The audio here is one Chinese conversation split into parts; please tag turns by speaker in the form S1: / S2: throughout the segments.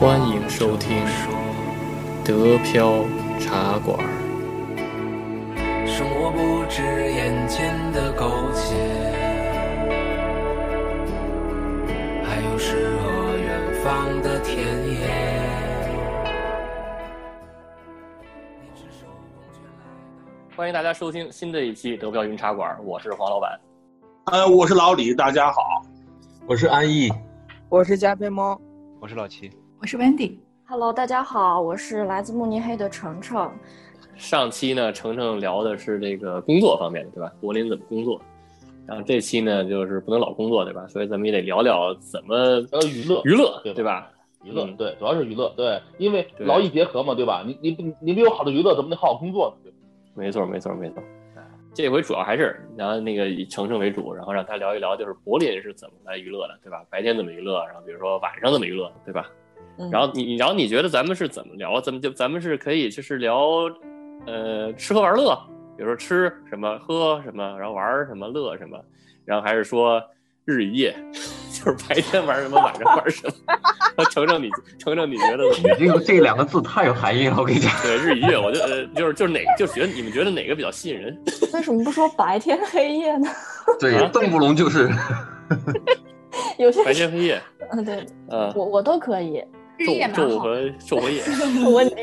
S1: 欢迎收听德飘茶馆。
S2: 生活不止眼前的苟且，还有诗和远方的田野。
S1: 欢迎大家收听新的一期德飘云茶馆，我是黄老板。
S3: 呃，我是老李，大家好。
S4: 我是安逸，
S5: 我是加菲猫，
S6: 我是老齐，
S7: 我是 Wendy，
S8: Hello，大家好，我是来自慕尼黑的程程。
S1: 上期呢，程程聊的是这个工作方面的，对吧？柏林怎么工作？然后这期呢，就是不能老工作，对吧？所以咱们也得聊聊怎么
S9: 还有娱乐，
S1: 娱乐，
S9: 对吧
S1: 对吧？
S9: 娱乐
S1: 嗯
S9: 对，主要是娱乐对，因为
S1: 对
S9: 劳逸结合嘛，对吧？你你你你没有好的娱乐，怎么能好好工作呢？对吧
S1: 没错，没错，没错。这回主要还是然后那个以程程为主，然后让他聊一聊就是柏林是怎么来娱乐的，对吧？白天怎么娱乐，然后比如说晚上怎么娱乐，对吧？
S5: 嗯
S1: 然后你，然后你觉得咱们是怎么聊？咱们就咱们是可以就是聊，呃，吃喝玩乐，比如说吃什么，喝什么，然后玩什么，乐什么，然后还是说日与夜， 就是白天玩什么，晚上玩什么。 那程程你，程程你觉得怎么样？
S4: 这个这两个字太有含义了，我跟你讲。
S1: 对日与夜，我就呃，就是就是哪，就觉得你们觉得哪个比较吸引人？
S8: 为什么不说白天黑夜呢？
S4: 对，邓不龙就是
S8: 有些
S1: 白天黑夜，
S8: 嗯，对
S1: 呃，
S8: 我我都可以。
S7: 日夜
S1: 昼
S7: 蛮
S1: 昼
S7: 好的。
S1: 和昼和夜，
S8: 温蒂，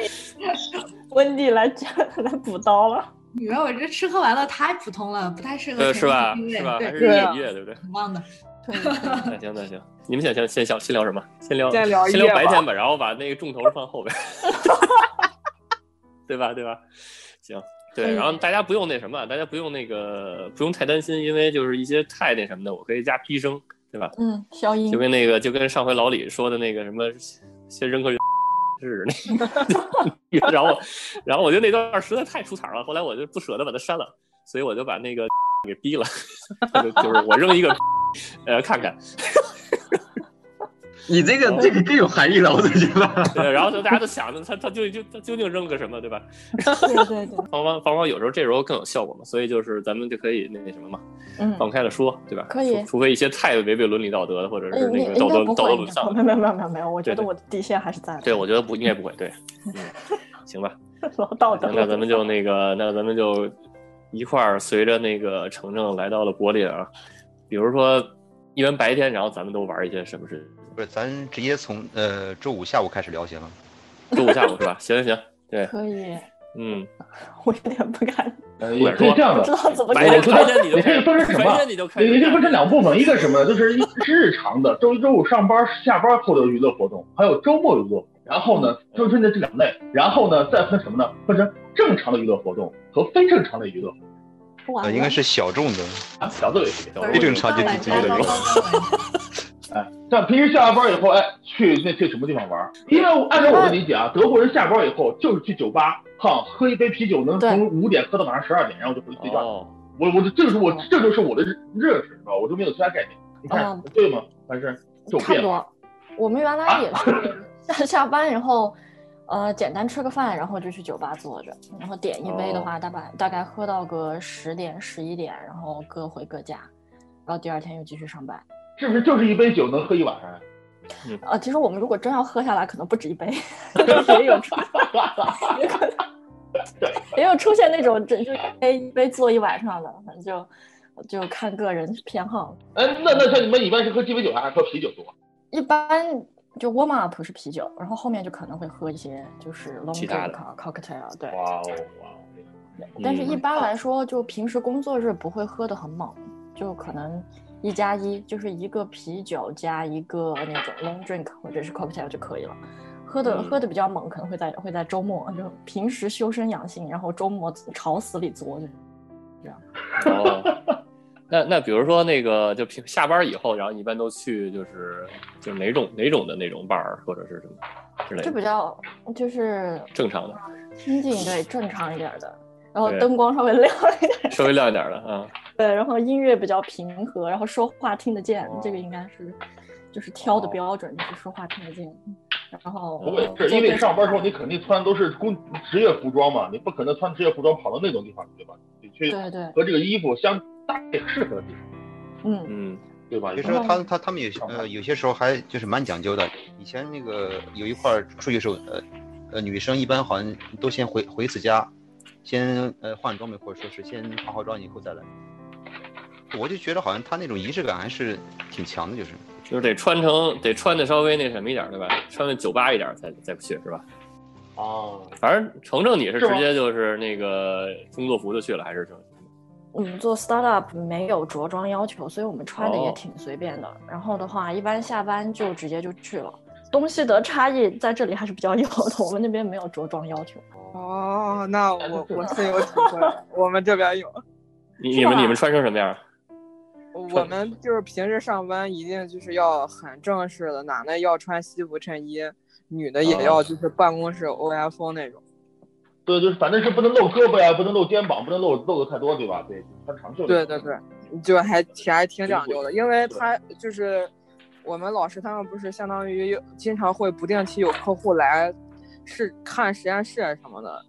S8: 温蒂来这来补刀了。
S7: 女人，我这吃喝玩乐太普通了，不太适合
S1: 呃，
S7: 城市
S1: 是吧？
S7: 定位
S1: 是吧？还
S7: 对，啊
S1: 是
S7: 这
S1: 日
S7: 个
S1: 与夜，对不对？
S7: 很棒的。
S1: 那行那行，你们想先先想先聊什么？先聊
S5: 先聊夜
S1: 白
S5: 吧
S1: 天吧，然后把那个重头放 后边，对吧？对吧？行，对，
S8: 嗯
S1: 然后大家不用那什么，大家不用那个不用太担心，因为就是一些太那什么的，我可以加逼声，对吧？
S8: 嗯，消音
S1: 就。跟那个就跟上回老李说的那个什么些人科学是那个， 然后然后我觉得那段实在太出彩了，后来我就不舍得把它删了，所以我就把那个 给逼了，就就是我扔一个 呃看看。
S4: 你这个这个更有含义了，我都觉得。
S1: 对，然后就大家都想着他他究竟他究竟扔个什么，对吧？
S8: 对对对，
S1: 芳芳芳芳有时候这时候更有效果嘛，所以就是咱们就可以那那什么嘛，
S8: 嗯，
S1: 放开了说，对吧？
S8: 可以
S1: 除除非一些太违背伦理道德的，或者
S8: 哎
S1: 是
S8: 你
S1: 那个道
S8: 应该
S1: 德
S8: 不
S1: 道德
S8: 会，
S1: 沦
S8: 应该
S1: 丧
S8: 不
S1: 的。
S8: 会没有没有没有没有，我觉
S1: 对
S8: 得
S1: 对
S8: 我的底线还是在的。
S1: 对，我觉得不应该不会，对，嗯行吧，
S8: 老道德。
S1: 那咱们就那个，那咱们就一块儿随着那个程程来到了柏林啊，比如说一般白天，然后咱们都玩一些什么事情？
S6: 不是，咱直接从呃周五下午开始聊行吗？
S1: 周五下午是吧？行行行，对，
S8: 可以，
S1: 嗯，
S8: 我有点不敢，
S9: 呃，
S1: 不
S9: 也
S1: 是
S9: 可以
S1: 说
S9: 这样
S8: 不知
S9: 的，
S8: 道怎么
S1: 哦白天
S9: 我
S8: 讲。
S9: 知道
S1: 白天你就
S9: 你
S1: 开始
S9: 可以分成什么
S1: 白天你就开
S9: 你
S1: 始
S9: 你这分成两部分，一个是什么呢？就是一日常的周一周五上班下班后的娱乐活动，还有周末娱乐活动。然后呢，分成这两类，然后呢再分什么呢？分成正常的娱乐活动和非正常的娱乐活动。
S8: 完
S6: 呃，
S8: 了
S6: 应该是小众的，
S9: 啊，小的也是这样。
S1: 非
S6: 非正常就
S7: 晚
S6: 就
S7: 上高
S6: 就那
S7: 高
S6: 种。
S7: 高高
S9: 哎，但平时下完班以后，哎，去那去什么地方玩儿？因为按照我的理解啊，德国人下班以后就是去酒吧，哈，喝一杯啤酒，能
S8: 对
S9: 从五点喝到晚上十二点，然后就回去睡觉。
S1: 哦，
S9: 我我这就是
S5: 嗯
S9: 我这就是我的认认识，是吧？我就没有其他概念。你看、
S8: 嗯
S9: 对吗？但是
S5: 嗯
S9: 就有
S8: 差不
S9: 变化。啊
S8: 多。我们原来也 是下下班然后，呃，简单吃个饭，然后就去酒吧坐着，然后点一
S9: 哦
S8: 杯的话，大概大概喝到个十点十一点，然后各回各家，然后第二天又继续上班。
S9: 是不是就是一杯酒能喝一晚 上？啊
S8: 呃，其实我们如果真要喝下来，可能不止一杯， 就是也有出，也可能也有出现那种这就一杯一杯坐一晚上的，反正就就看个人偏好。
S9: 哎，那那像你们一般是喝鸡尾酒还是喝啤酒多？
S8: 一般就 warm up 是啤酒，然后后面就可能会喝一些就是 long
S1: 其他的
S8: drink cocktail，对。啊
S9: 哇哦哇哦！
S8: 但是，
S1: 嗯
S8: 一般来说，就平时工作日不会喝得很猛，就可能一加一，就是一个啤酒加一个那种 long drink 或者是 cocktail 就可以了。喝的
S1: 嗯
S8: 喝的比较猛，可能会在会在周末，就平时修身养性，然后周末朝死里作。
S1: 哦，那那比如说那个，就平下班以后，然后一般都去就是就是哪种哪种的那种 bar 或者是什么之类
S8: 这比
S1: 的，
S8: 较就是
S1: 正常的，
S8: 清静对正常一点的，然后
S1: 对
S8: 灯光稍微亮一点，
S1: 稍微亮一点的啊。
S8: 对，然后音乐比较平和，然后说话听得见，这个
S9: 哦
S8: 应该是就是挑的标准，就是说话听得见。然后
S9: 不
S5: 嗯
S9: 会是因为你上班时候你肯定穿的都是工职业服装嘛，你不可能穿职业服装跑到那种地方去，对吧？你去
S8: 对对，
S9: 和这个衣服相搭配适合的地方。
S8: 嗯，
S1: 嗯，
S9: 对吧？
S6: 其实
S8: 嗯
S6: 他他他们有呃有些时候还就是蛮讲究的。以前那个有一块儿出去的时候，呃呃，女生一般好像都先回回一次家，先呃换装备或者说是先化好妆以后再来。我就觉得好像他那种仪式感还是挺强的，就是
S1: 就是得穿成得穿的稍微那什么一点，对吧？穿的酒吧一点才才不去，是吧？
S9: 啊，
S1: 反正程程你是
S9: 是
S1: 直
S9: 吗
S1: 接就是那个工作服就去了，还是什么？
S8: 我们做 startup 没有着装要求，所以我们穿的也
S1: 哦
S8: 挺随便的。然后的话，一般下班就直接就去了。东西德差异在这里还是比较有的，我们那边没有着装要求。
S5: 哦，那我
S9: 是
S5: 我深有体 会了，我们这边有，
S1: 你
S8: 是
S1: 你们
S8: 吧
S1: 你们穿成什么样？
S5: 我们就是平时上班一定就是要很正式的，男的要穿西服衬衣，女的也要就是办公室 OFO 那种。
S9: 对，就是反正是不能露胳膊呀，不能露肩膀，不能露露的太多，对吧？对，穿长袖。
S5: 对对对，，就还挺还挺讲究的，因为他就是我们老师他们不是相当于有经常会不定期有客户来是看实验室啊什么的，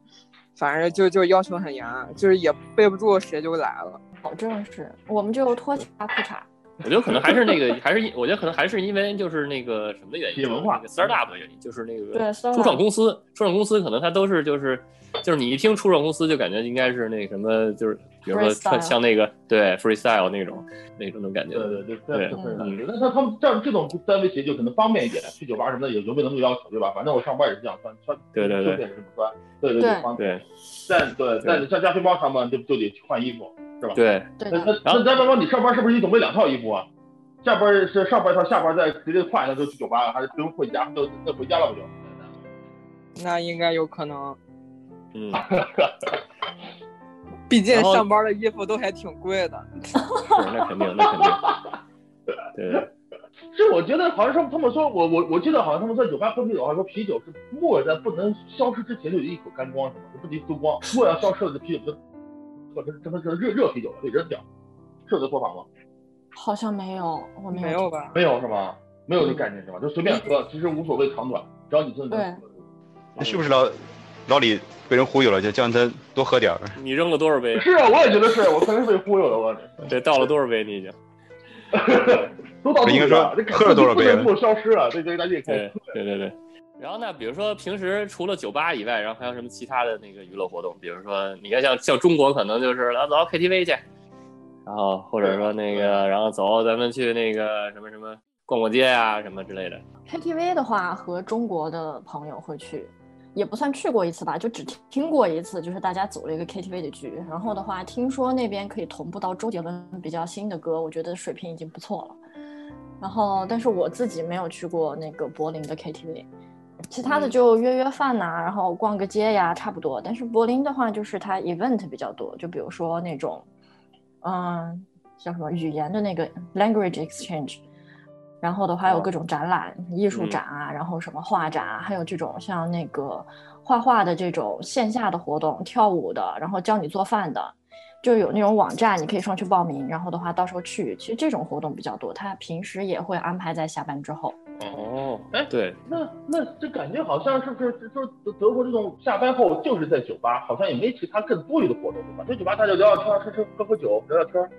S5: 反正就就要求很严，就是也背不住谁就来了。
S8: 好正式，我们就拖鞋加裤衩。
S1: 我觉得可能还是那 个，还是因我觉得可能还是因为就是那个什么的原因，
S9: 企业文化
S1: 就是那个 startup 的原因，就是那
S8: 对
S1: 个
S8: ，startup
S1: 初创公司，初创公司可能它都是就是就是你一听初创公司就感觉应该是那什么，就是比如说
S8: Freestyle
S1: 穿像那个对 freestyle 那种那种那种感觉
S9: 对。对对，这
S1: 对
S9: 样就会感觉。那他他们这样这种单位鞋就可能方便一点，去酒吧什么的也就没那么多要求，对吧？反正我上班也是这样穿，穿
S1: 对对对
S9: 顺便也是不穿，对对
S8: 对
S9: 方便。
S1: 对
S9: 但对，但像加菲猫他们就就得去换衣服。
S1: 对，
S8: 对
S9: 那
S8: 的，
S9: 那那加菲猫，你上班是不是一准备两套衣服啊？下班是上班一套，下班再直接换一套就去酒吧，还是不用回家，就那回家了不就？
S5: 那应该有可能，
S1: 嗯，
S5: 毕竟
S1: 然后
S5: 上班的衣服都还挺贵的。
S1: 是那肯定，那肯定。对，
S9: 是我觉得好像他们他们说，我我我记得好像他们在酒吧喝啤酒，好像说啤酒是沫儿在不能消失之前就得一口干光，什么就不能丢光，沫要消失了，这啤酒就喝成成成热热啤酒了，得扔掉，是有这说法吗？
S8: 好像没有，我没有。
S1: 嗯
S5: 没有吧？
S9: 没有是吧？没有这概念是吧？就随便喝，其实无所谓长短，只要你真的能喝。
S6: 那是不是老老李被人忽悠了，就叫他多喝点儿？
S1: 你扔了多少 杯？
S9: 是啊，我也觉得是，我可能是被忽悠了，我
S1: 对，倒了多少杯？你已经
S9: 都到
S6: 我
S9: 肚
S6: 应该
S9: 子
S6: 说
S9: 了，这感
S6: 喝了多少
S9: 这
S6: 杯了哎
S9: 沫消失了，这这大家也可以
S1: 对对对对。然后呢，比如说平时除了酒吧以外，然后还有什么其他的那个娱乐活动？比如说，你看像像中国可能就是啊咱走 KTV 去，然后或者说那个，然后走咱们去那个什么什么逛逛街啊什么之类的。
S8: KTV 的话，和中国的朋友会去，也不算去过一次吧，就只听过一次，就是大家组了一个 KTV 的局。然后的话，听说那边可以同步到周杰伦比较新的歌，我觉得水平已经不错了。然后，但是我自己没有去过那个柏林的 KTV，其他的就约约饭呐、然后逛个街呀，差不多。但是柏林的话，就是它 event 比较多，就比如说那种，嗯，叫什么语言的那个 language exchange，然后的话有各种展览、艺术展啊，然后什么画展啊，还有这种像那个画画的这种线下的活动、跳舞的，然后教你做饭的，就有那种网站，你可以上去报名，然后的话到时候去。其实这种活动比较多，它平时也会安排在下班之后。
S1: 哦
S9: 哎
S1: 对，
S9: 那那这感觉好像是不是就是德国这种下班后就是在酒吧，好像也没其他更多余的活动，对吧？在酒吧大家聊聊天，吃吃喝喝酒，聊聊天，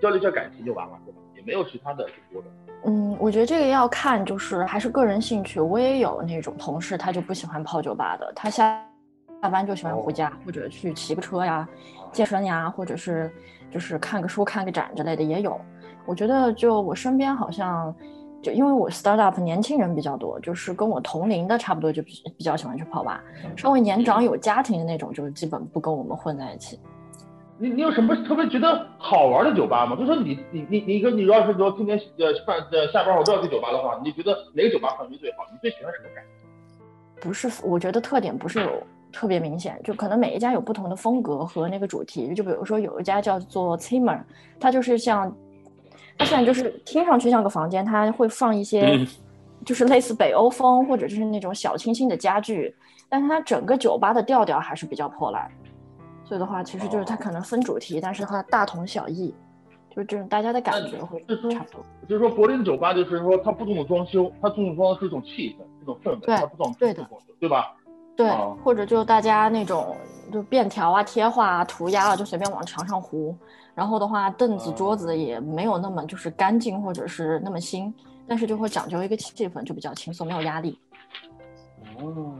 S9: 交流一下感情就完了，对吧？也没有其他的更多的。
S8: 嗯，我觉得这个要看，就是还是个人兴趣。我也有那种同事，他就不喜欢泡酒吧的，他下下班就喜欢回家，或者去骑个车呀、
S9: 啊
S8: 健身呀，或者是就是看个书、看个展之类的也有。我觉得就我身边好像就因为我 startup 年轻人比较多，就是跟我同龄的差不多就比比较喜欢去泡吧，稍微年长有家庭的那种，就是基本不跟我们混在一起。
S9: 你你有什么特别觉得好玩的酒吧吗？就说你你你你跟你要是说今天呃饭呃下班我都要去酒吧的话，你觉得哪个酒吧氛围最好？你最喜欢什么感觉？
S8: 不是，我觉得特点不是有特别明显，就可能每一家有不同的风格和那个主题。就比如说有一家叫做 Zimmer，它就是像，它虽然就是听上去像个房间，它会放一些
S1: 嗯
S8: 就是类似北欧风或者就是那种小清新的家具，但是它整个酒吧的调调还是比较破烂。所以的话，其实就是它可能分主题，但是它大同小异，就是这种大家的感觉会
S9: 那就是
S8: 差不多。
S9: 就是说柏林的酒吧就是说它不注重装修，它注重装的是一种气氛，这种氛围，
S8: 对
S9: 它不重
S8: 对的，
S9: 对吧？
S8: 对
S9: 哦，
S8: 或者就大家那种就便条啊、贴画啊、涂鸦啊，就随便往墙上糊。然后的话，凳子、
S1: 哦
S8: 桌子也没有那么就是干净或者是那么新，但是就会讲究一个气氛，就比较轻松，没有压力。
S9: 哦，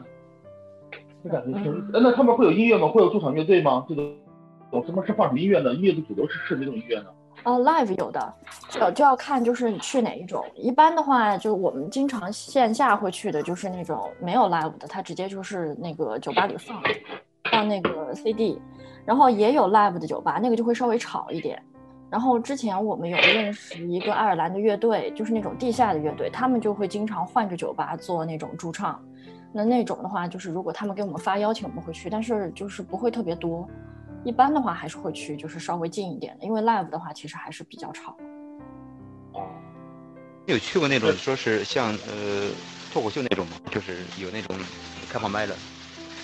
S9: 这感觉挺……哎那他们会有音乐吗？会有驻场乐队吗？这种懂什么是放什么音乐呢？音乐的主流是是哪种音乐呢？
S8: 呃，live 有的，就就要看就是你去哪一种。一般的话，就我们经常线下会去的，就是那种没有 live 的，它直接就是那个酒吧里放放那个 CD，然后也有 live 的酒吧，那个就会稍微吵一点。然后之前我们有认识一个爱尔兰的乐队，就是那种地下的乐队，他们就会经常换着酒吧做那种驻唱。那那种的话，就是如果他们给我们发邀请，我们会去，但是就是不会特别多。一般的话还是会去，就是稍微近一点的，因为 live 的话其实还是比较吵。
S6: 你有去过那种说是像呃脱口秀那种吗？就是有那种开放麦的，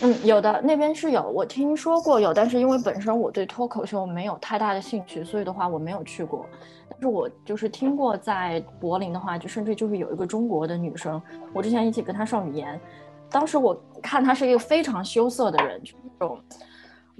S8: 嗯，有的那边是有，我听说过有，但是因为本身我对脱口秀没有太大的兴趣，所以的话我没有去过。但是我就是听过，在柏林的话，就甚至就是有一个中国的女生，我之前一起跟她上语言，当时我看她是一个非常羞涩的人，就是那种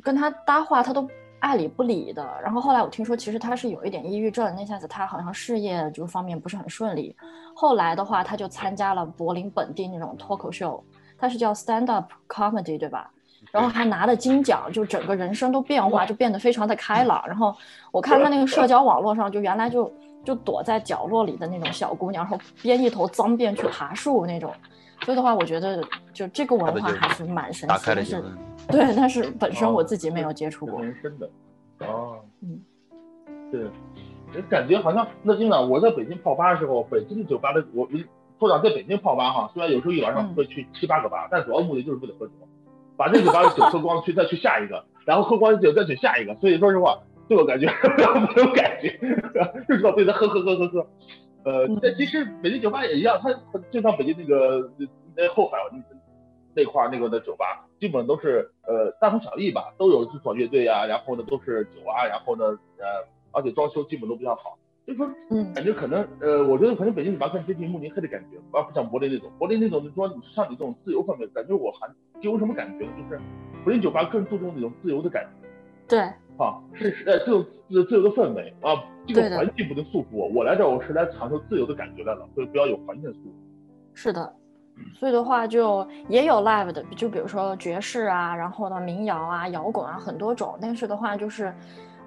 S8: 跟她搭话她都爱理不理的。然后后来我听说，其实她是有一点抑郁症，那下子她好像事业就方面不是很顺利。后来的话，她就参加了柏林本地那种脱口秀。它是叫 stand up comedy 对吧？然后还拿了金奖，就整个人生都变化，就变得非常的开朗。然后我看他那个社交网络上，就原来就就躲在角落里的那种小姑娘，然后编一头脏辫去爬树那种。所以的话，我觉得就这个文化还是蛮神
S6: 打
S8: 奇
S6: 开
S8: 的，
S6: 了就
S8: 但是对，但是本身
S9: 哦
S8: 我自己没有接触过。
S9: 人生的。哦，
S8: 嗯，
S9: 对，感觉好像那真的，我在北京泡吧的时候，北京的酒吧的我们部长在北京泡吧哈，虽然有时候一晚上
S8: 嗯
S9: 会去七八个吧，但主要目的就是为了喝酒，把这酒吧的酒 喝光了去再去下一个，然后喝光了酒再去下一个，所以说实话，对我感觉 没有感觉，就知道自己在喝喝喝喝喝。呃
S8: 嗯，
S9: 但其实北京酒吧也一样，它就像北京那个那后海那块儿那个的酒吧，基本都是呃大同小异吧，都有驻场乐队啊，然后呢都是酒啊，然后呢呃，而且装修基本都比较好，所以说
S8: 嗯
S9: 感觉可能呃，我觉得可能北京酒吧更接近慕尼黑的感觉，而不像柏林那种。柏林那种你说你像你这种自由氛围，感觉我还给我什么感觉？就是柏林酒吧更注重那种自由的感觉
S8: 对，
S9: 啊，是是呃这种自自由的氛围啊，这
S8: 对
S9: 个
S8: 的
S9: 环境不能束缚我，我来这儿我是来享受自由的感觉来了，所以不要有环境的束缚。
S8: 是的，所以的话就也有 live 的，就比如说爵士啊，然后呢民谣啊、摇滚啊很多种，但是的话就是。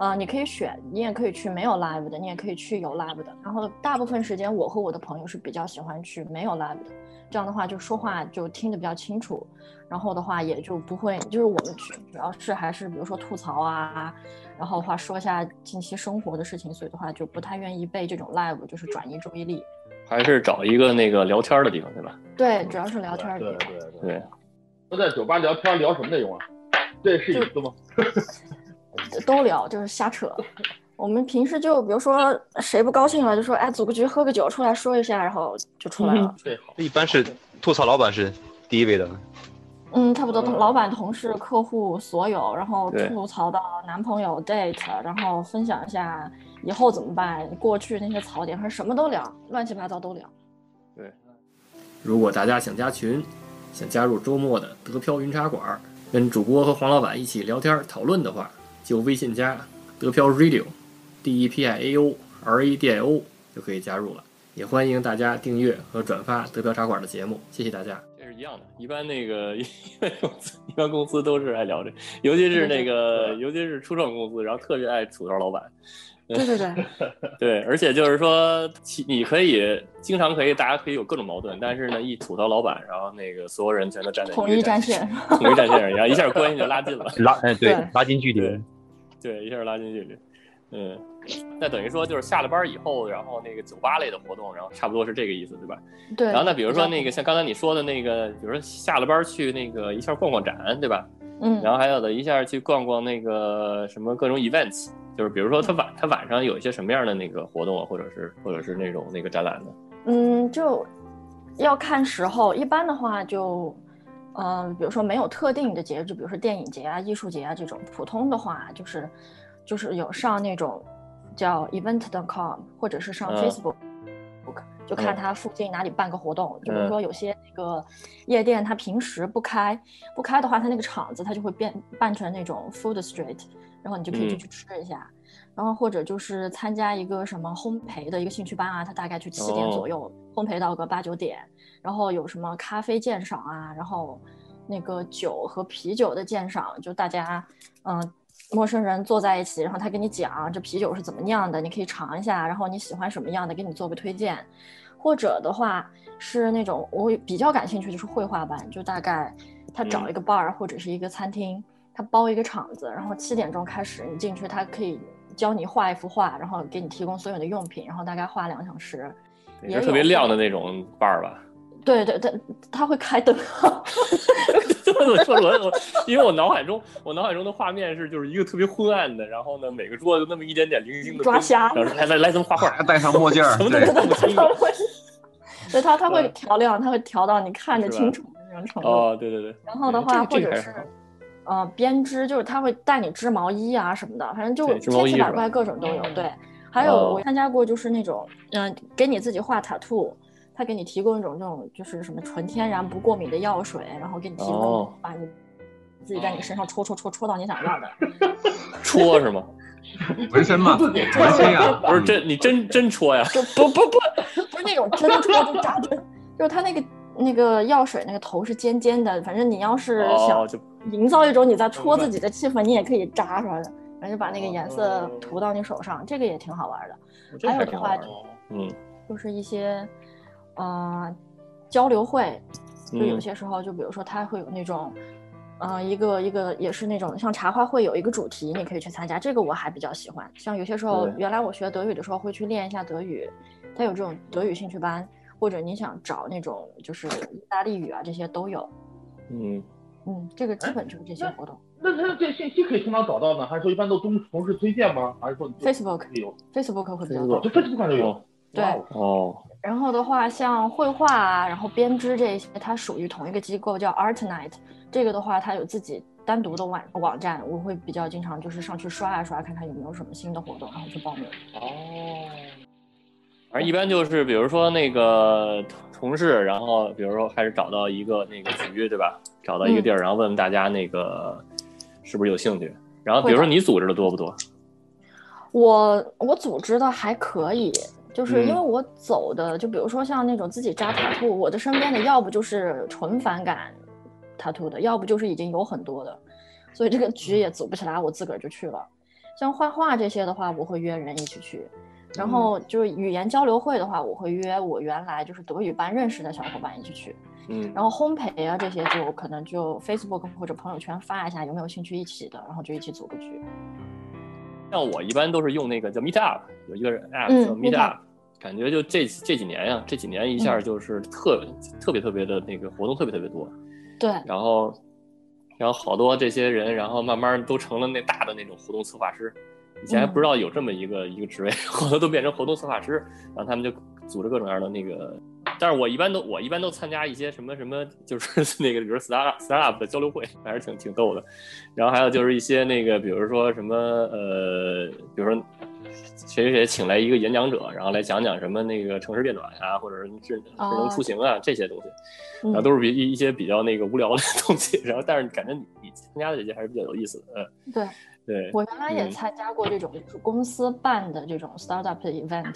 S8: 呃，你可以选，你也可以去没有 live 的，你也可以去有 live 的。然后大部分时间，我和我的朋友是比较喜欢去没有 live 的，这样的话就说话就听得比较清楚，然后的话也就不会，就是我们去主要是还是比如说吐槽啊，然后的话说一下近期生活的事情，所以的话就不太愿意被这种 live 就是转移注意力。
S1: 还是找一个那个聊天的地方，对吧？
S8: 对，主要是聊天儿的
S9: 对
S8: 地方。
S9: 对对
S1: 对，
S9: 都在酒吧聊天聊什么内容啊？这是隐私吗？
S8: 都聊，就是瞎扯。 我们平时就比如说谁不高兴了，就说哎，组个局喝个酒，出来说一下，然后就出来
S1: 嗯
S8: 了。
S9: 对，好。
S6: 一般是吐槽老板是第一位的。
S8: 嗯，差不多，
S9: 嗯
S8: 老板、同事、客户，所有，然后
S1: 对
S8: 吐槽到男朋友 date，然后分享一下以后怎么办，过去那些槽点，反正什么都聊，乱七八糟都聊。
S10: 如果大家想加群，想加入周末的德飘云茶馆，跟主播和黄老板一起聊天讨论的话，就微信加德飘 radio，d e p i a o r a d i o 就可以加入了。也欢迎大家订阅和转发德飘茶馆的节目，谢谢大家。
S1: 这是一样的。一般那个 一般公司一般公司都是爱聊这，尤其是那个尤其是初创公司，然后特别爱吐槽老板。
S8: 对对对，
S1: 对，而且就是说，其你可以经常可以，大家可以有各种矛盾，但是呢，一吐槽老板，然后那个所有人全都站在
S8: 统
S1: 个
S8: 一战线。
S1: 统一战线上，然后一下关系就拉近了。
S6: 拉哎对
S8: 对
S6: 拉近距离
S1: 对，对，一下拉近距离。嗯，那等于说就是下了班以后，然后那个酒吧类的活动，然后差不多是这个意思，对吧？
S8: 对。
S1: 然后那比如说
S8: 比较
S1: 那个像刚才你说的那个，比如说下了班去那个一下逛逛展，对吧？
S8: 嗯，
S1: 然后还有的一下去逛逛那个什么各种 events，就是比如
S8: 嗯
S1: 说他晚他晚上有一些什么样的那个活动啊，或者是或者是那种那个展览的。
S8: 嗯，就要看时候。一般的话就，呃，比如说没有特定的节日，比如说电影节啊、艺术节啊这种。普通的话就是，就是有上那种叫 event.com，或者是上
S1: 嗯
S8: Facebook，、就看它附近哪里办个活动。就比如说有些那个夜店，它平时不开，不开的话，它那个场子它就会变办成那种 food street，然后你就可以进去吃一下。然后或者就是参加一个什么烘焙的一个兴趣班啊，它大概就七点左右、
S1: 哦
S8: 烘焙到个八九点，然后有什么咖啡鉴赏啊，然后那个酒和啤酒的鉴赏，就大家嗯、陌生人坐在一起，然后他跟你讲这啤酒是怎么酿的，你可以尝一下，然后你喜欢什么样的，给你做个推荐。或者的话是那种我比较感兴趣，就是绘画班，就大概他
S1: 嗯
S8: 找一个 bar 或者是一个餐厅，他包一个场子，然后七点钟开始，你进去，他可以教你画一幅画，然后给你提供所有的用品，然后大概画两小时。
S1: 也
S8: 也有
S1: 是特别亮的那种伴儿吧？
S8: 对对对，他会 开灯。
S1: 我说我我，因为我脑海中我脑海中的画面是就是一个特别昏暗的，然后呢每个桌子都那么一点点零星的
S8: 抓
S1: 灯
S8: 瞎
S1: 然后说来来来，咱们画画，
S4: 戴上墨镜儿
S1: 什么都看不清楚。
S8: 对他，他会调亮，他会调到你看着
S1: 嗯是吧
S8: 清楚的那种程度。
S1: 哦，对对对。
S8: 然后的
S1: 哎这
S8: 话，或
S1: 个这
S8: 者
S1: 个还
S8: 是
S1: 好
S8: 呃编织，就是他会带你织毛衣啊什么的，反正就
S1: 对织毛
S8: 千
S1: 衣
S8: 奇
S1: 是
S8: 百
S1: 吧嗯
S8: 怪，各种都有。对，还有
S1: 哦
S8: 我参加过就是那种嗯、给你自己画塔兔。他给你提供一种这种就是什么纯天然不过敏的药水，然后给你提供、
S1: 哦
S8: 把你自己在你身上戳戳戳戳到你想要的。
S1: 戳是吗？
S4: 纹身嘛，纹身 呀，
S1: 不是真你真真戳呀？
S8: 就不不不不是那种真的戳就扎针，就是它那个那个药水那个头是尖尖的，反正你要是
S1: 哦
S8: 想
S1: 就
S8: 营造一种你在戳自己的气氛，你也可以扎出来的，反正把那个颜色涂到你手上，这个也挺好玩的。
S1: 这
S8: 还有
S1: 还
S8: 的
S1: 挺好
S8: 话
S1: 玩的。嗯
S8: 就是一些呃交流会，就有
S1: 嗯
S8: 些时候就比如说它会有那种。呃，一个一个也是那种像茶话会有一个主题，你可以去参加，这个我还比较喜欢。像有些时候
S1: 对，
S8: 原来我学德语的时候会去练一下德语，它有这种德语兴趣班，或者你想找那种就是意大利语啊这些都有。
S1: 嗯，
S8: 嗯，这个基本就是这些活动。
S9: 那他这信息可以从哪找到呢？还是说一般都同同事推荐吗？还是说你就
S8: Facebook
S9: 有
S8: Facebook 会比较
S9: 就
S8: 多。
S9: Facebook 就有
S1: 哦？
S8: 对
S9: 哇哦
S1: 哦，
S8: 然后的话，像绘画啊，然后编织这些，它属于同一个机构，叫 Art Night。这个的话，它有自己单独的网网站，我会比较经常就是上去刷一啊刷，看看有没有什么新的活动，然后去报名。
S1: 哦，反正一般就是，比如说那个同同事，然后比如说还是找到一个那个局，对吧？找到一个地儿，然后问问大家那个是不是有兴趣。然后比如说
S8: 会的
S1: 你组织的多不多？
S8: 我我组织的还可以，就是因为
S1: 嗯
S8: 我走的，就比如说像那种自己扎塔兔，我的身边的要不就是纯反感塔兔的，要不就是已经有很多的，所以这个局也组不起来，我自个儿就去了。像画画这些的话，我会约人一起去，然后就是语言交流会的话，我会约我原来就是德语班认识的小伙伴一起去。
S1: 嗯，
S8: 然后烘焙啊这些就可能就 Facebook 或者朋友圈发一下，有没有兴趣一起的，然后就一起组个局。
S1: 像我一般都是用那个叫 Meetup，有一个 app
S8: 嗯
S1: 叫
S8: Meetup
S1: Meetup，、感觉就这这几年呀、啊这几年一下就是特、特别特别的那个活动特别特别多，
S8: 对，
S1: 然后然后好多这些人，然后慢慢都成了那大的那种活动策划师，以前还不知道有这么一个、一个职位， 后来都变成活动策划师，然后他们就组织各种各样的那个。但是我一般都我一般都参加一些什么什么，就是 那个比如 startup startup 的交流会，还是挺挺逗的。然后还有就是一些那个，比如说什么呃，比如说谁谁谁请来一个演讲者，然后来讲讲什么那个城市变暖啊，或者是智智能出行啊、这些东西。然
S8: 嗯
S1: 后都是比一一些比较那个无聊的 东西，然后但是感觉你你参加的这些还是比较有意思的，嗯，
S8: 对。
S1: 对，
S8: 我原来也
S1: 嗯
S8: 参加过这种就是公司办的这种 startup 的 event，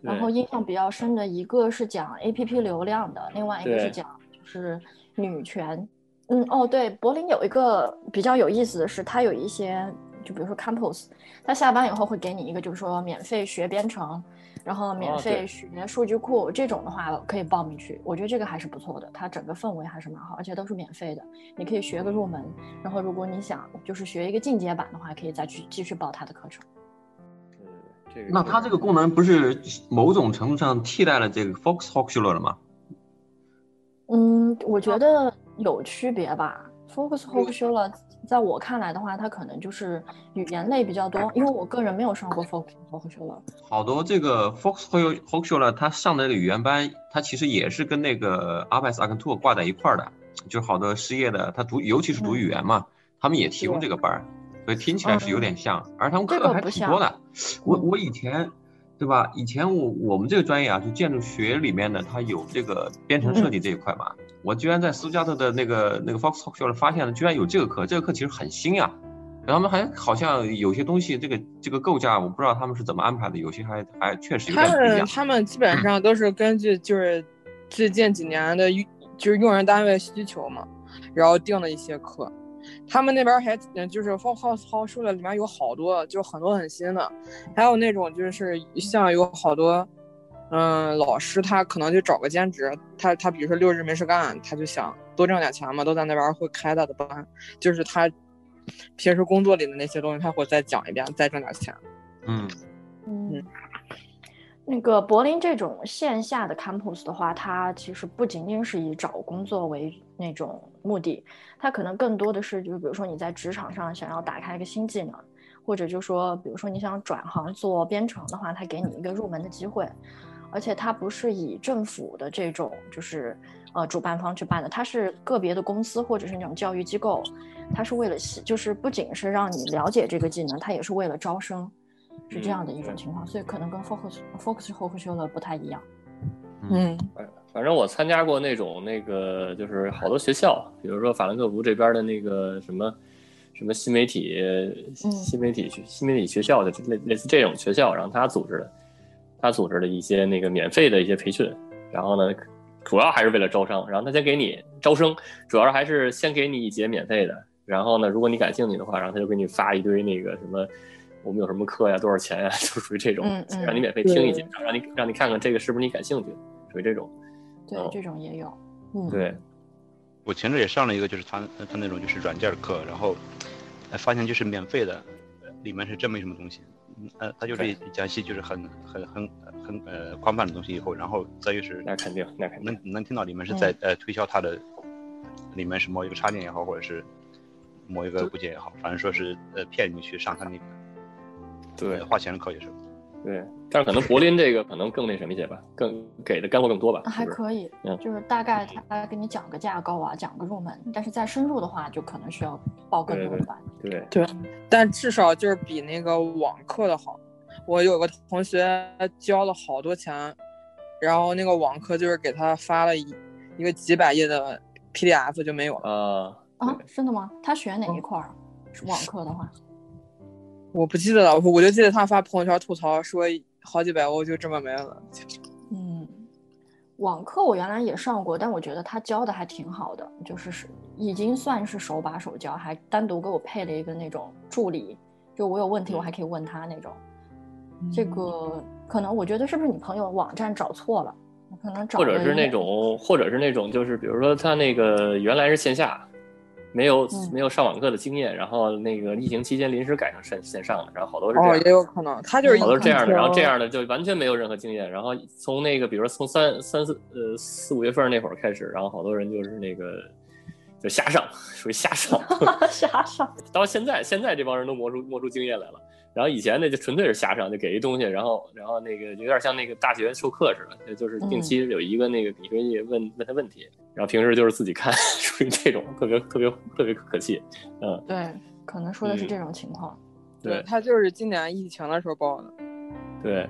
S8: 然
S1: 对
S8: 后印象比较深的一个是讲 APP 流量的，另外一个是
S1: 对
S8: 讲就是女权。嗯，哦，对，柏林有一个比较有意思的是，它有一些就比如说 campus，它下班以后会给你一个就是说免费学编程，然后免
S1: 哦
S8: 费
S1: 对
S8: 学数据库、这种的话可以报名去，我觉得这个还是不错的，它整个氛围还是蛮好，而且都是免费的，你可以学个入门，然后如果你想就是学一个进阶版的话，可以再去继续报它的课程。
S1: 这个
S4: 那它这个功能不是某种程度上替代了这个 Fox h o x u l a 了吗？
S8: 嗯，我觉得有区别吧。Focus h o p e 修了，在我看来的话，它可能就是语言类比较多，因为我个人没有上过 Focus h o p e 修了。
S4: 好多这个 Fox h o x u l a 它上的那个语言班，它其实也是跟那个 a r b e i t s a g e n t u r 挂在一块儿的，就是好多失业的，它读尤其是读语言嘛，他们也提供这个班儿，所以听起来是有点像，而他们
S8: 这
S4: 课
S8: 个
S4: 还
S8: 不
S4: 挺多的。
S8: 像
S4: 我我以前对吧？以前我我们这个专业啊，就建筑学里面的，它有这个编程设计这一块嘛。我居然在斯图加特的那个那个 Fox Talk Show 上发现了，居然有这个课，这个课其实很新呀、然后他们还好像有些东西，这个这个构架我不知道他们是怎么安排的，有些还还确实有
S5: 他
S4: 点不一
S5: 们
S4: 样。嗯
S5: 他们基本上都是根据就是最近几年的用就是用人单位需求嘛，然后定的一些课。他们那边还嗯就是放放放书了，里面有好多就很多很新的，还有那种就是像有好多嗯老师他可能就找个兼职，他他比如说六日没事干，他就想多挣点钱嘛，都在那边会开他的班，就是他平时工作里的那些东西，他会再讲一遍，再挣点钱。
S4: 嗯，
S8: 嗯，那个柏林这种线下的 campus 的话，它其实不仅仅是以找工作为那种目的，它可能更多的是，就比如说你在职场上想要打开一个新技能，或者就说，比如说你想转行做编程的话，它给你一个入门的机会。而且它不是以政府的这种就是呃主办方去办的，它是个别的公司或者是那种教育机构，它是为了吸就是不仅是让你了解这个技能，它也是为了招生，是这样的一种情况，所以可能跟 focus focus 后 o 修了不太一样。
S5: 嗯，
S1: 反正我参加过那种那个，就是好多学校，比如说法兰克福这边的那个什么什么新媒体、
S8: 嗯
S1: 新媒体学、新媒体学校的类类似这种学校，然后他组织的，他组织的一些那个免费的一些培训，然后呢，主要还是为了招商，然后他先给你招生，主要还是先给你一节免费的，然后呢，如果你感兴趣的话，然后他就给你发一堆那个什么。我们有什么课呀？多少钱呀？ 就属于这种，
S8: 嗯嗯
S1: 让你免费听一节
S8: 对，
S1: 让你让你看看这个是不是你感兴趣，属于这种。
S8: 对，这种也有。嗯，
S1: 对，
S6: 我前阵也上了一个，就是他他那种就是软件课，然后呃发现就是免费的，呃里面是真没什么东西。嗯呃，他就是讲一些就是很很很很呃宽泛的东西以后，然后再就是
S1: 那肯定嗯那肯
S6: 定能能听到里面是在、呃推销它的里面是某一个插件也好，或者是某一个部件也好，反正说是呃骗你去上他那个
S1: 对、
S6: 呃花钱的课也是。
S1: 对，哎但是可能柏林这个可能更那什么一些吧，更给的干货更多吧，
S8: 啊还可
S1: 以。
S8: 以，
S1: 嗯
S8: 就是大概他给你讲个架构啊，讲个入门，但是再深入的话，就可能需要报更
S1: 对
S8: 多
S1: 对
S8: 的班。
S1: 对
S5: 对，但至少就是比那个网课的好。我有个同学交了好多钱，然后那个网课就是给他发了一一个几百页的 PDF 就没有了。
S1: 啊，
S8: 啊，真的吗？他选哪
S1: 哦
S8: 一块儿？啊网课的话，
S5: 我不记得了，我我就记得他发朋友圈吐槽说好几百欧就这么没了。
S8: 嗯，网课我原来也上过，但我觉得他教的还挺好的，就是是已经算是手把手教，还单独给我配了一个那种助理，就我有问
S1: 嗯
S8: 题我还可以问他那种。这个可能我觉得是不是你朋友网站找错了？我可能找
S1: 或者
S8: 了
S1: 是
S8: 一
S1: 那
S8: 个
S1: 种，或者是那种，就是比如说他那个原来是线下，没有、
S8: 嗯
S1: 没有上网课的经验，然后那个疫情期间临时改成线线上的，然后好多是这样
S5: 哦，
S1: 的。
S5: 也有可能，他就是
S1: 好多是这样的，然后这样
S5: 的，
S1: 的就完全没有任何经验。然后从那个，比如说从三三四呃四五月份那会儿开始，然后好多人就是那个就瞎上，属于瞎 上，
S8: 瞎上。
S1: 到现在，现在这帮人都磨出磨出经验来了。然后以前呢，就纯粹是瞎上，就给一东西，然后然后那个有点像那个大学授课似的，就就是定期有一个那个你可以问问他问题，然后平时就是自己看， 属于这种特别特别特别可气，嗯，
S8: 对，可能说的是
S1: 嗯
S8: 这种情况。
S1: 对
S5: 他就是今年疫情的时候报的，
S1: 对，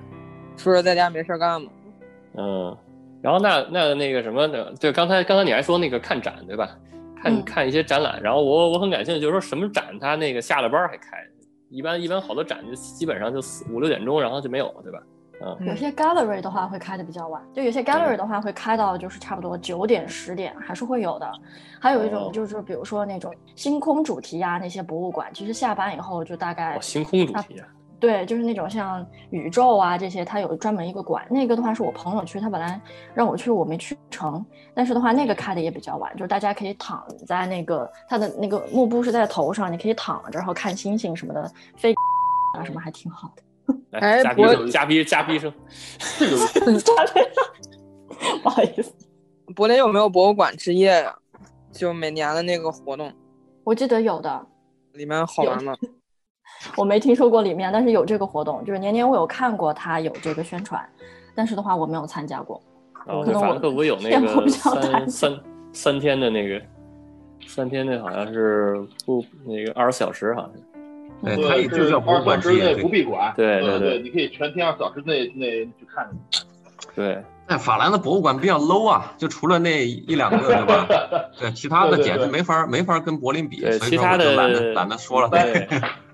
S5: 说是在家没事儿干嘛。
S1: 嗯，然后那那那个什么的，对，刚才刚才你还说那个看展对吧？看、看一些展览，然后我我很感兴趣，就是说什么展它那个下了班还开，一般一般好多展就基本上就四五六点钟，然后就没有了，对吧？嗯，
S8: 有些 gallery 的话会开的比较晚，就有些 gallery 的话会开到就是差不多九点十点还是会有的。还有一种
S1: 哦
S8: 就是比如说那种星空主题啊那些博物馆，其实下班以后就大概、
S1: 哦，星空主题啊，
S8: 对，就是那种像宇宙啊这些，它有专门一个馆。那个的话是我朋友去，他本来让我去，我没去成。但是的话，那
S1: 嗯
S8: 个开的也比较晚，就是大家可以躺在那个它的那个幕布是在头上，你可以躺着，然后看星星什么的，飞 啊什么还挺好 的。
S1: 来
S5: 哎
S1: 加逼
S5: 我
S1: 声，加逼加逼声，
S8: 不好意思，
S5: 柏林有没有博物馆之夜呀？就每年的那个活动，
S8: 我记得有的，
S5: 里面好玩吗？
S8: 我没听说过里面，但是有这个活动，就是年年我有看过它有这个宣传，但是的话我没有参加过。
S1: 然后
S8: 可
S1: 对
S8: 能
S1: 法
S8: 我
S1: 兰克福有那
S8: 见过
S1: 个
S8: 比较大
S1: 三三三天的那个，三天的好像是不那个二十四小时好像是，
S4: 对
S9: 对
S4: 哎它也就叫博
S9: 二
S4: 物
S9: 小
S4: 馆
S9: 时
S4: 之
S9: 内
S4: 夜，
S9: 不闭馆，
S1: 对
S9: 对
S1: 对对
S9: 你可以全天二小时内内去看。
S1: 对，
S4: 但法兰的博物馆比较 low 啊，就除了那一两个，对 吧？对，其他的
S1: 对对
S4: 简直
S1: 对
S4: 没法儿没法儿跟柏林比，
S1: 对
S4: 所以
S1: 其
S4: 说
S1: 他
S4: 我就
S1: 的
S4: 懒得懒得说了。
S1: 对，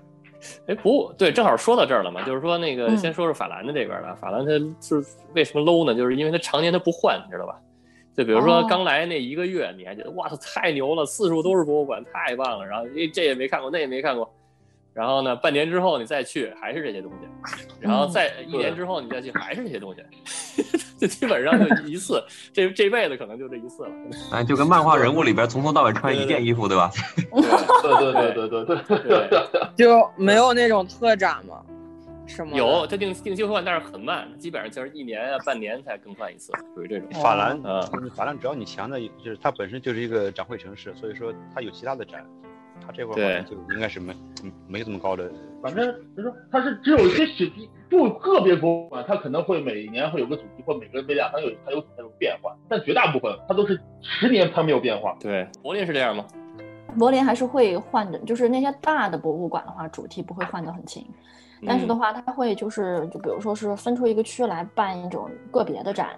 S1: 哎，不对，正好说到这儿了嘛，就是说那个先说说法兰的这边吧。法兰它是为什么 low 呢？就是因为它常年它不换，你知道吧？就比如说
S8: 哦
S1: 刚来那一个月，你还觉得哇，它太牛了，四处都是博物馆，太棒了。然后哎，这也没看过，那也没看过。然后呢，半年之后你再去，还是这些东西。然后再一年之后你再去，还是这些东西。 就基本上就一次，这这辈子可能就这一次了。
S4: 哎，就跟漫画人物里边从头到尾穿
S1: 对
S4: 一
S1: 对
S4: 件衣服，对吧？
S9: 对对对对对对对。
S5: 就没有那种特展吗？什么的
S1: 有，它定定期换，但是很慢，基本上就是一年啊、半年才更换一次，属于这种。
S8: 哦
S6: 法兰
S1: 嗯，
S6: 法兰只要你强的，就是它本身就是一个展会城市，所以说它有其他的展，它这块儿好像就应该是没嗯没这么高的。
S9: 反正就是说，它是只有一些史地，就有个别博物馆，它可能会每年会有个主题，或每个每两三个月它有它有变化，但绝大部分它都是十年它没有变化。
S1: 对，嗯柏林是这样吗？
S8: 柏林还是会换的，就是那些大的博物馆的话，主题不会换得很勤，但
S11: 嗯
S8: 是的话，它会就是就比如说是分出一个区来办一种个别的展，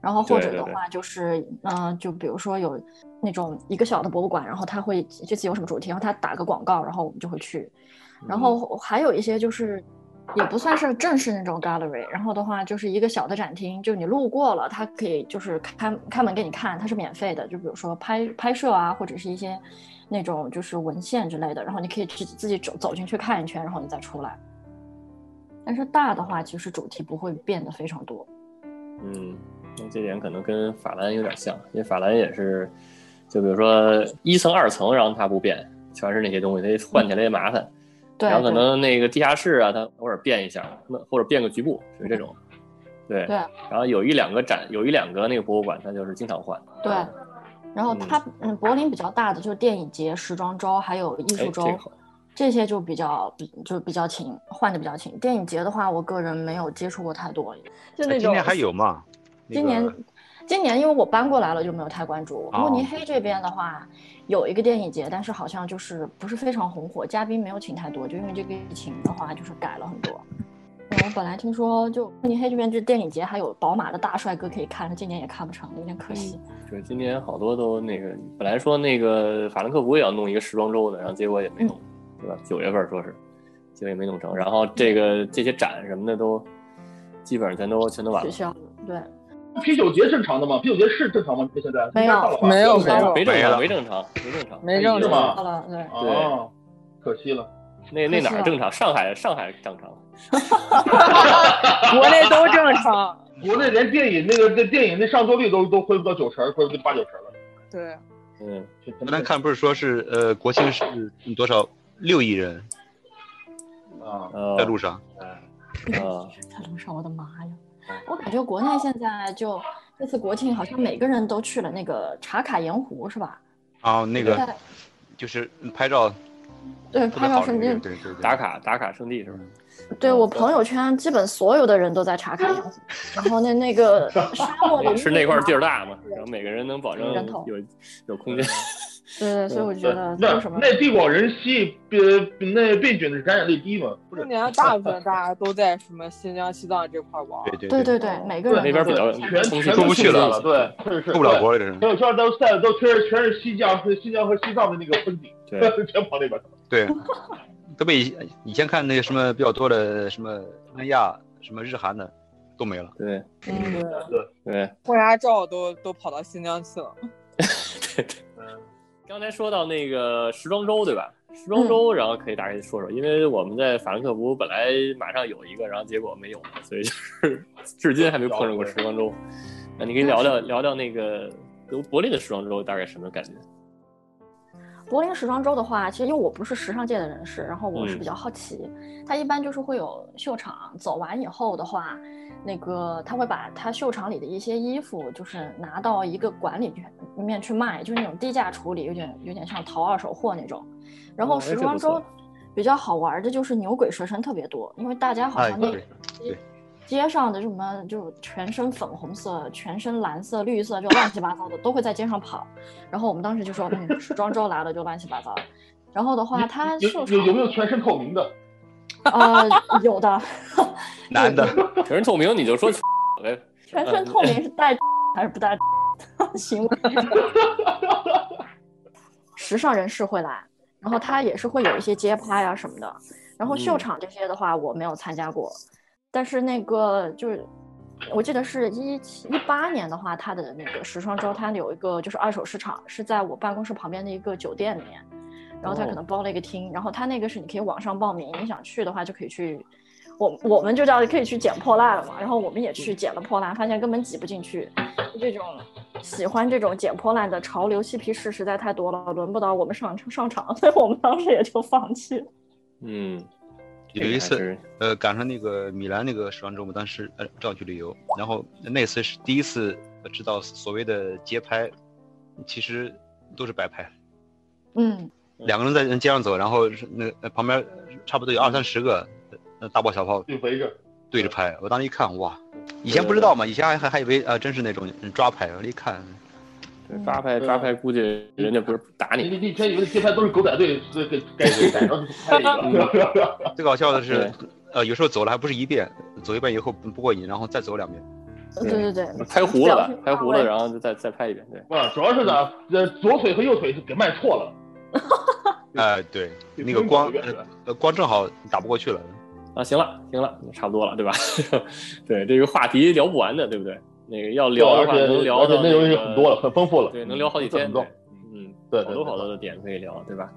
S8: 然后或
S11: 对
S8: 者
S11: 对
S8: 的
S11: 对
S8: 话就是嗯、呃就比如说有那种一个小的博物馆，然后它会这次有什么主题，然后它打个广告，然后我们就会去，然后还有一些就是。也不算是正式那种 gallery，然后的话就是一个小的展厅，就你路过了，它可以就是开开门给你看，它是免费的。就比如说拍拍摄啊，或者是一些那种就是文献之类的，然后你可以自己自己走走进去看一圈，然后你再出来。但是大的话，其实主题不会变得非常多。
S1: 嗯，那这点可能跟法兰有点像，因为法兰也是，就比如说一层、二层，然后它不变，全是那些东西，它换起来也麻烦。
S8: 嗯对
S1: 然后可能那个地下室啊，它偶尔变一下，那或者变个局部，属于这种。对。
S8: 对
S1: 然后有一两个展，有一两个那个博物馆，它就是经常换。
S8: 对，然后它嗯，柏林比较大的就是电影节、时装周，还有艺
S1: 哎
S8: 术
S1: 这
S8: 周，
S1: 个好
S8: 这些就比较比就比较勤，换的比较勤。电影节的话，我个人没有接触过太多，就那种
S6: 哎今年还有吗？那
S8: 今
S6: 个
S8: 年，今年因为我搬过来了，就没有太关注。慕尼
S6: 哦
S8: 黑这边的话，有一个电影节，但是好像就是不是非常红火，嘉宾没有请太多，就因为这个疫情的话，就是改了很多。嗯我本来听说就慕尼黑这边这电影节还有宝马的大帅哥可以看，今年也看不成，有点可惜。
S6: 嗯
S1: 对，今年好多都那个，本来说那个法兰克福也要弄一个时装周的，然后结果也
S9: 嗯
S1: 没弄，对吧？九月份说是，结果也没弄成。然后这个
S9: 嗯
S1: 这些展什么的都基本上全都全都完了啊
S8: 取。消了，对，
S9: 啤酒节正常的吗？啤酒节是正常吗？现在
S8: 没有
S9: 应该到了吧
S8: 没有
S9: 正常吗
S1: 没正常，没正常，没正常，
S9: 没正常
S1: 是
S8: 好
S1: 吗？
S8: 了，对。
S1: 对
S9: 哦，可惜了。
S1: 那那哪儿正常？上海上海正常。
S5: 国内都正常。
S9: 国内连电影那个那电影那上座率都都恢复到九成，恢复到八九成了。
S5: 对，
S1: 嗯，
S6: 我刚才看不是说是呃国庆是多少六亿人
S9: 啊
S1: 呃哦
S6: 在路上，
S1: 啊，
S8: 在路上，我的妈呀！
S1: 哎
S8: 我感觉国内现在就这次国庆，好像每个人都去了那个茶卡盐湖，是吧？
S6: 然后那个
S8: 在
S6: 就是拍照
S8: 对
S6: 特
S8: 拍
S6: 别
S8: 照
S6: 好的
S8: 圣
S6: 那个，
S8: 地，
S6: 对对对，
S1: 打卡打卡圣地
S9: 嗯
S1: 是吧？
S8: 对我朋友圈基本所有的人都在茶卡盐湖， 然后那那个沙漠的
S1: 是那块儿地儿
S8: 大，
S1: 大嘛，然后每个人能保证
S8: 人头
S1: 有有空间。
S9: 嗯
S8: 对对，所以我
S1: 嗯
S8: 觉得
S9: 那
S8: 为什么
S9: 那地广人稀，呃，那病菌的感染力低嘛？不是
S5: 今，年大部分大家都在什么新疆、西藏这块玩。
S6: 对
S8: 对对对，每个人
S1: 那边比较
S9: 全
S1: 东西
S9: 全
S1: 都
S9: 都
S6: 不去了
S9: 了，对，是是
S6: 出不了国了，这是
S9: 朋友圈都晒的都全是全是新疆和新疆和西藏的那个风景，
S1: 对
S9: 全跑那边去了。
S6: 对，都被以以前看那个什么比较多的什么东南亚、什么日韩的都没了。
S1: 对
S5: 嗯，
S1: 对。
S5: 婚纱照都都跑到新疆去了。
S1: 刚才说到那个时装周对吧？时装周，然后可以大概说说，因为我们在法兰克福本来马上有一个，然后结果没有了，所以就是 至今还没碰上过时装周。那你可以聊聊聊聊那个德柏林的时装周大概什么感觉？
S8: 柏林时装周的话，其实因为我不是时尚界的人士，然后我是
S1: 嗯
S8: 比较好奇，它一般就是会有秀场，走完以后的话，那个他会把他秀场里的一些衣服，就是拿到一个馆里面面去卖，就是那种低价处理，有点有点像淘二手货那种。然
S1: 哦
S8: 后
S1: 哎
S8: 时
S1: 这
S8: 装
S1: 不
S8: 周
S1: 错
S8: 比较好玩的就是牛鬼蛇神特别多，因为大家好
S6: 哎，
S8: 像那
S6: 对对，
S8: 街上的什么就全身粉红色、全身蓝色、绿色，就乱七八糟的都会在街上跑。然后我们当时就说，嗯，时装周来了就乱七八糟。然后的话，它
S9: 有
S8: 受
S9: 有有没
S8: 潮
S9: 有全身透明的？
S8: 呃有的，
S6: 男的，
S1: 全身透明你就 说呗，
S8: 全身透明是带 还是不带行为？时尚人士会来，然后他也是会有一些街拍啊呀、什么的。然后秀
S1: 嗯
S8: 场这些的话，我没有参加过，但是那个就是。我记得是一七一八年的话，它的那个时装周，它有一个就是二手市场，是在我办公室旁边的一个酒店里面，然后他可
S1: 哦
S8: 能包了一个厅，然后他那个是你可以网上报名，你想去的话就可以去，我我们就叫可以去捡破烂了嘛，然后我们也
S1: 嗯
S8: 去捡了破烂，发现根本挤不进去，就这种喜欢这种捡破烂的潮流嬉皮士实在太多了，轮不到我们上上场， 所以我们当时也就放弃了。
S1: 嗯，
S6: 有
S1: 这个
S6: 一
S1: 还
S6: 次
S1: 是，
S6: 呃，赶上那个米兰那个时装周嘛，当时呃正好去旅游，然后那次是第一次呃知道所谓的街拍，其实都是白拍，
S8: 嗯，
S6: 两个人在街上走，然后是那个旁边差不多有二三十个，呃，大包小包
S9: 就围着。
S6: 对着拍，我当时一看，哇，以前不知道嘛，以前还还还以为啊、真是那种抓拍，我一看，
S1: 对抓拍抓拍，估计人家不是不打啊
S9: 你
S1: 你，
S9: 你你以前以为街拍都是狗仔队这给改改改成拍一 个，
S6: 最搞笑的
S1: 对
S6: 是，呃，有时候走了还不是一遍，走一遍以后不不过瘾，然后再走两遍，
S8: 对对对，
S1: 拍糊嗯了吧
S8: 表示，
S1: 拍糊了，
S8: 到位
S1: 然后就再再拍一遍，对，
S9: 哇，主要是咋呃左腿和右腿给迈错了，
S6: 哎、对，
S9: 对
S6: 那个
S9: 不用
S6: 光
S9: 走远
S6: 呃
S9: 了
S6: 呃光正好打不过去了。
S1: 啊，行了，行了，差不多了，对吧？ 对，这个话题聊不完的，对不对？那个要聊的
S9: 而
S1: 话，
S9: 且
S1: 能聊
S9: 而且
S1: 到
S9: 内容也
S1: 那个
S9: 很多了，很丰富了，
S1: 对，能聊好几
S9: 这
S1: 天，
S9: 很多
S1: 对嗯，
S9: 对
S1: 好
S9: 对
S1: 多
S9: 对
S1: 好多的点可以聊，对吧？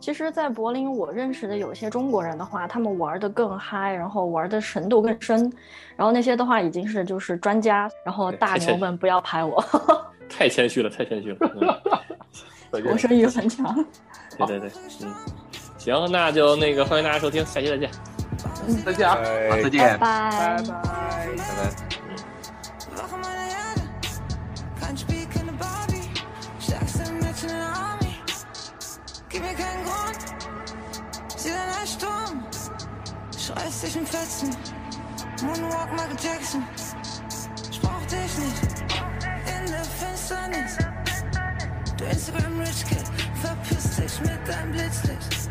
S8: 其实，在柏林，我认识的有些中国人的话，他们玩的更嗨，然后玩的深度更深，然后那些的话已经是就是专家，然后
S1: 对
S8: 大
S1: 而且
S8: 牛们不要拍我，
S1: 太谦虚了，太谦虚 了，嗯，
S9: 对对
S8: 求生欲很强。
S1: 对对对，嗯，行，那就那个欢迎大家收听，下期再见。嗯
S9: 再见啊。
S1: 哎
S4: 好，再见
S8: 拜。拜。
S5: 拜。
S2: Warum alle Erde? Kein Spiel, keine Barbie. Stärkste Mädchen in der Army. Gib mir keinen Grund. Sieh dein Sturm. Schreiß dich in Fetzen. Moonwalk Michael Jackson. Ich brauch dich nicht. In der Finsternis. Du Instagram Rich Kid. Verpiss dich mit deinem Blitzlicht.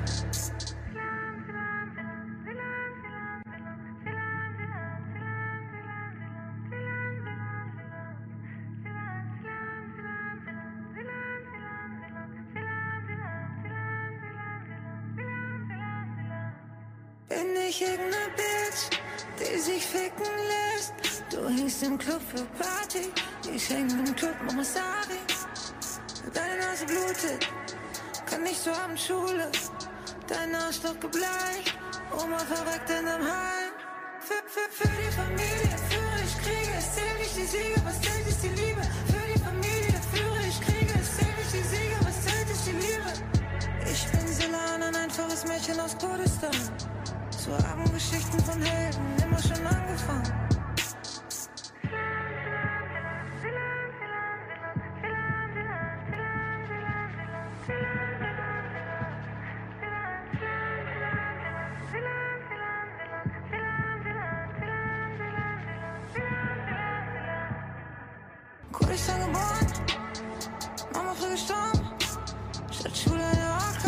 S2: Bin ich irgendeine Bitch, die sich ficken lässt? Du hängst im Club für Party, ich häng im Club Mommosari. Deine Nase blutet, kann nicht zur Abendschule. Dein Arschloch gebleicht, Oma verreckt in einem Heim. Für, für, für die Familie führe ich Kriege, es zählt nicht die Siege, was zählt ist die Liebe. Für die Familie führe ich Kriege, es zählt nicht die Siege, was zählt ist die Liebe. Ich bin Selana, ein einfaches Mädchen aus Kurdistan. So haben Geschichten von Helden immer schon angefangen. Kurdistan geboren, Mama früh gestorben, statt Schule in der AK,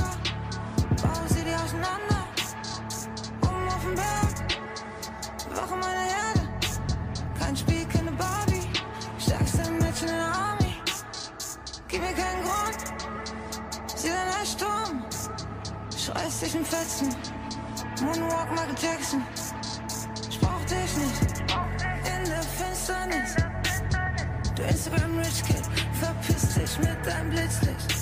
S2: bauen sie die auseinander. Oben auf dem Berg, Wache meiner Erde. Kein Spiel, keine Barbie. Stärkste Mädchen in der Army. Gib mir keinen Grund, sieh dein Sturm. Scheiß dich in Fetzen. Moonwalk Michael Jackson. Ich brauch dich nicht. In der Finsternis. Du Instagram Rich Kid. Verpiss dich mit deinem Blitzlicht.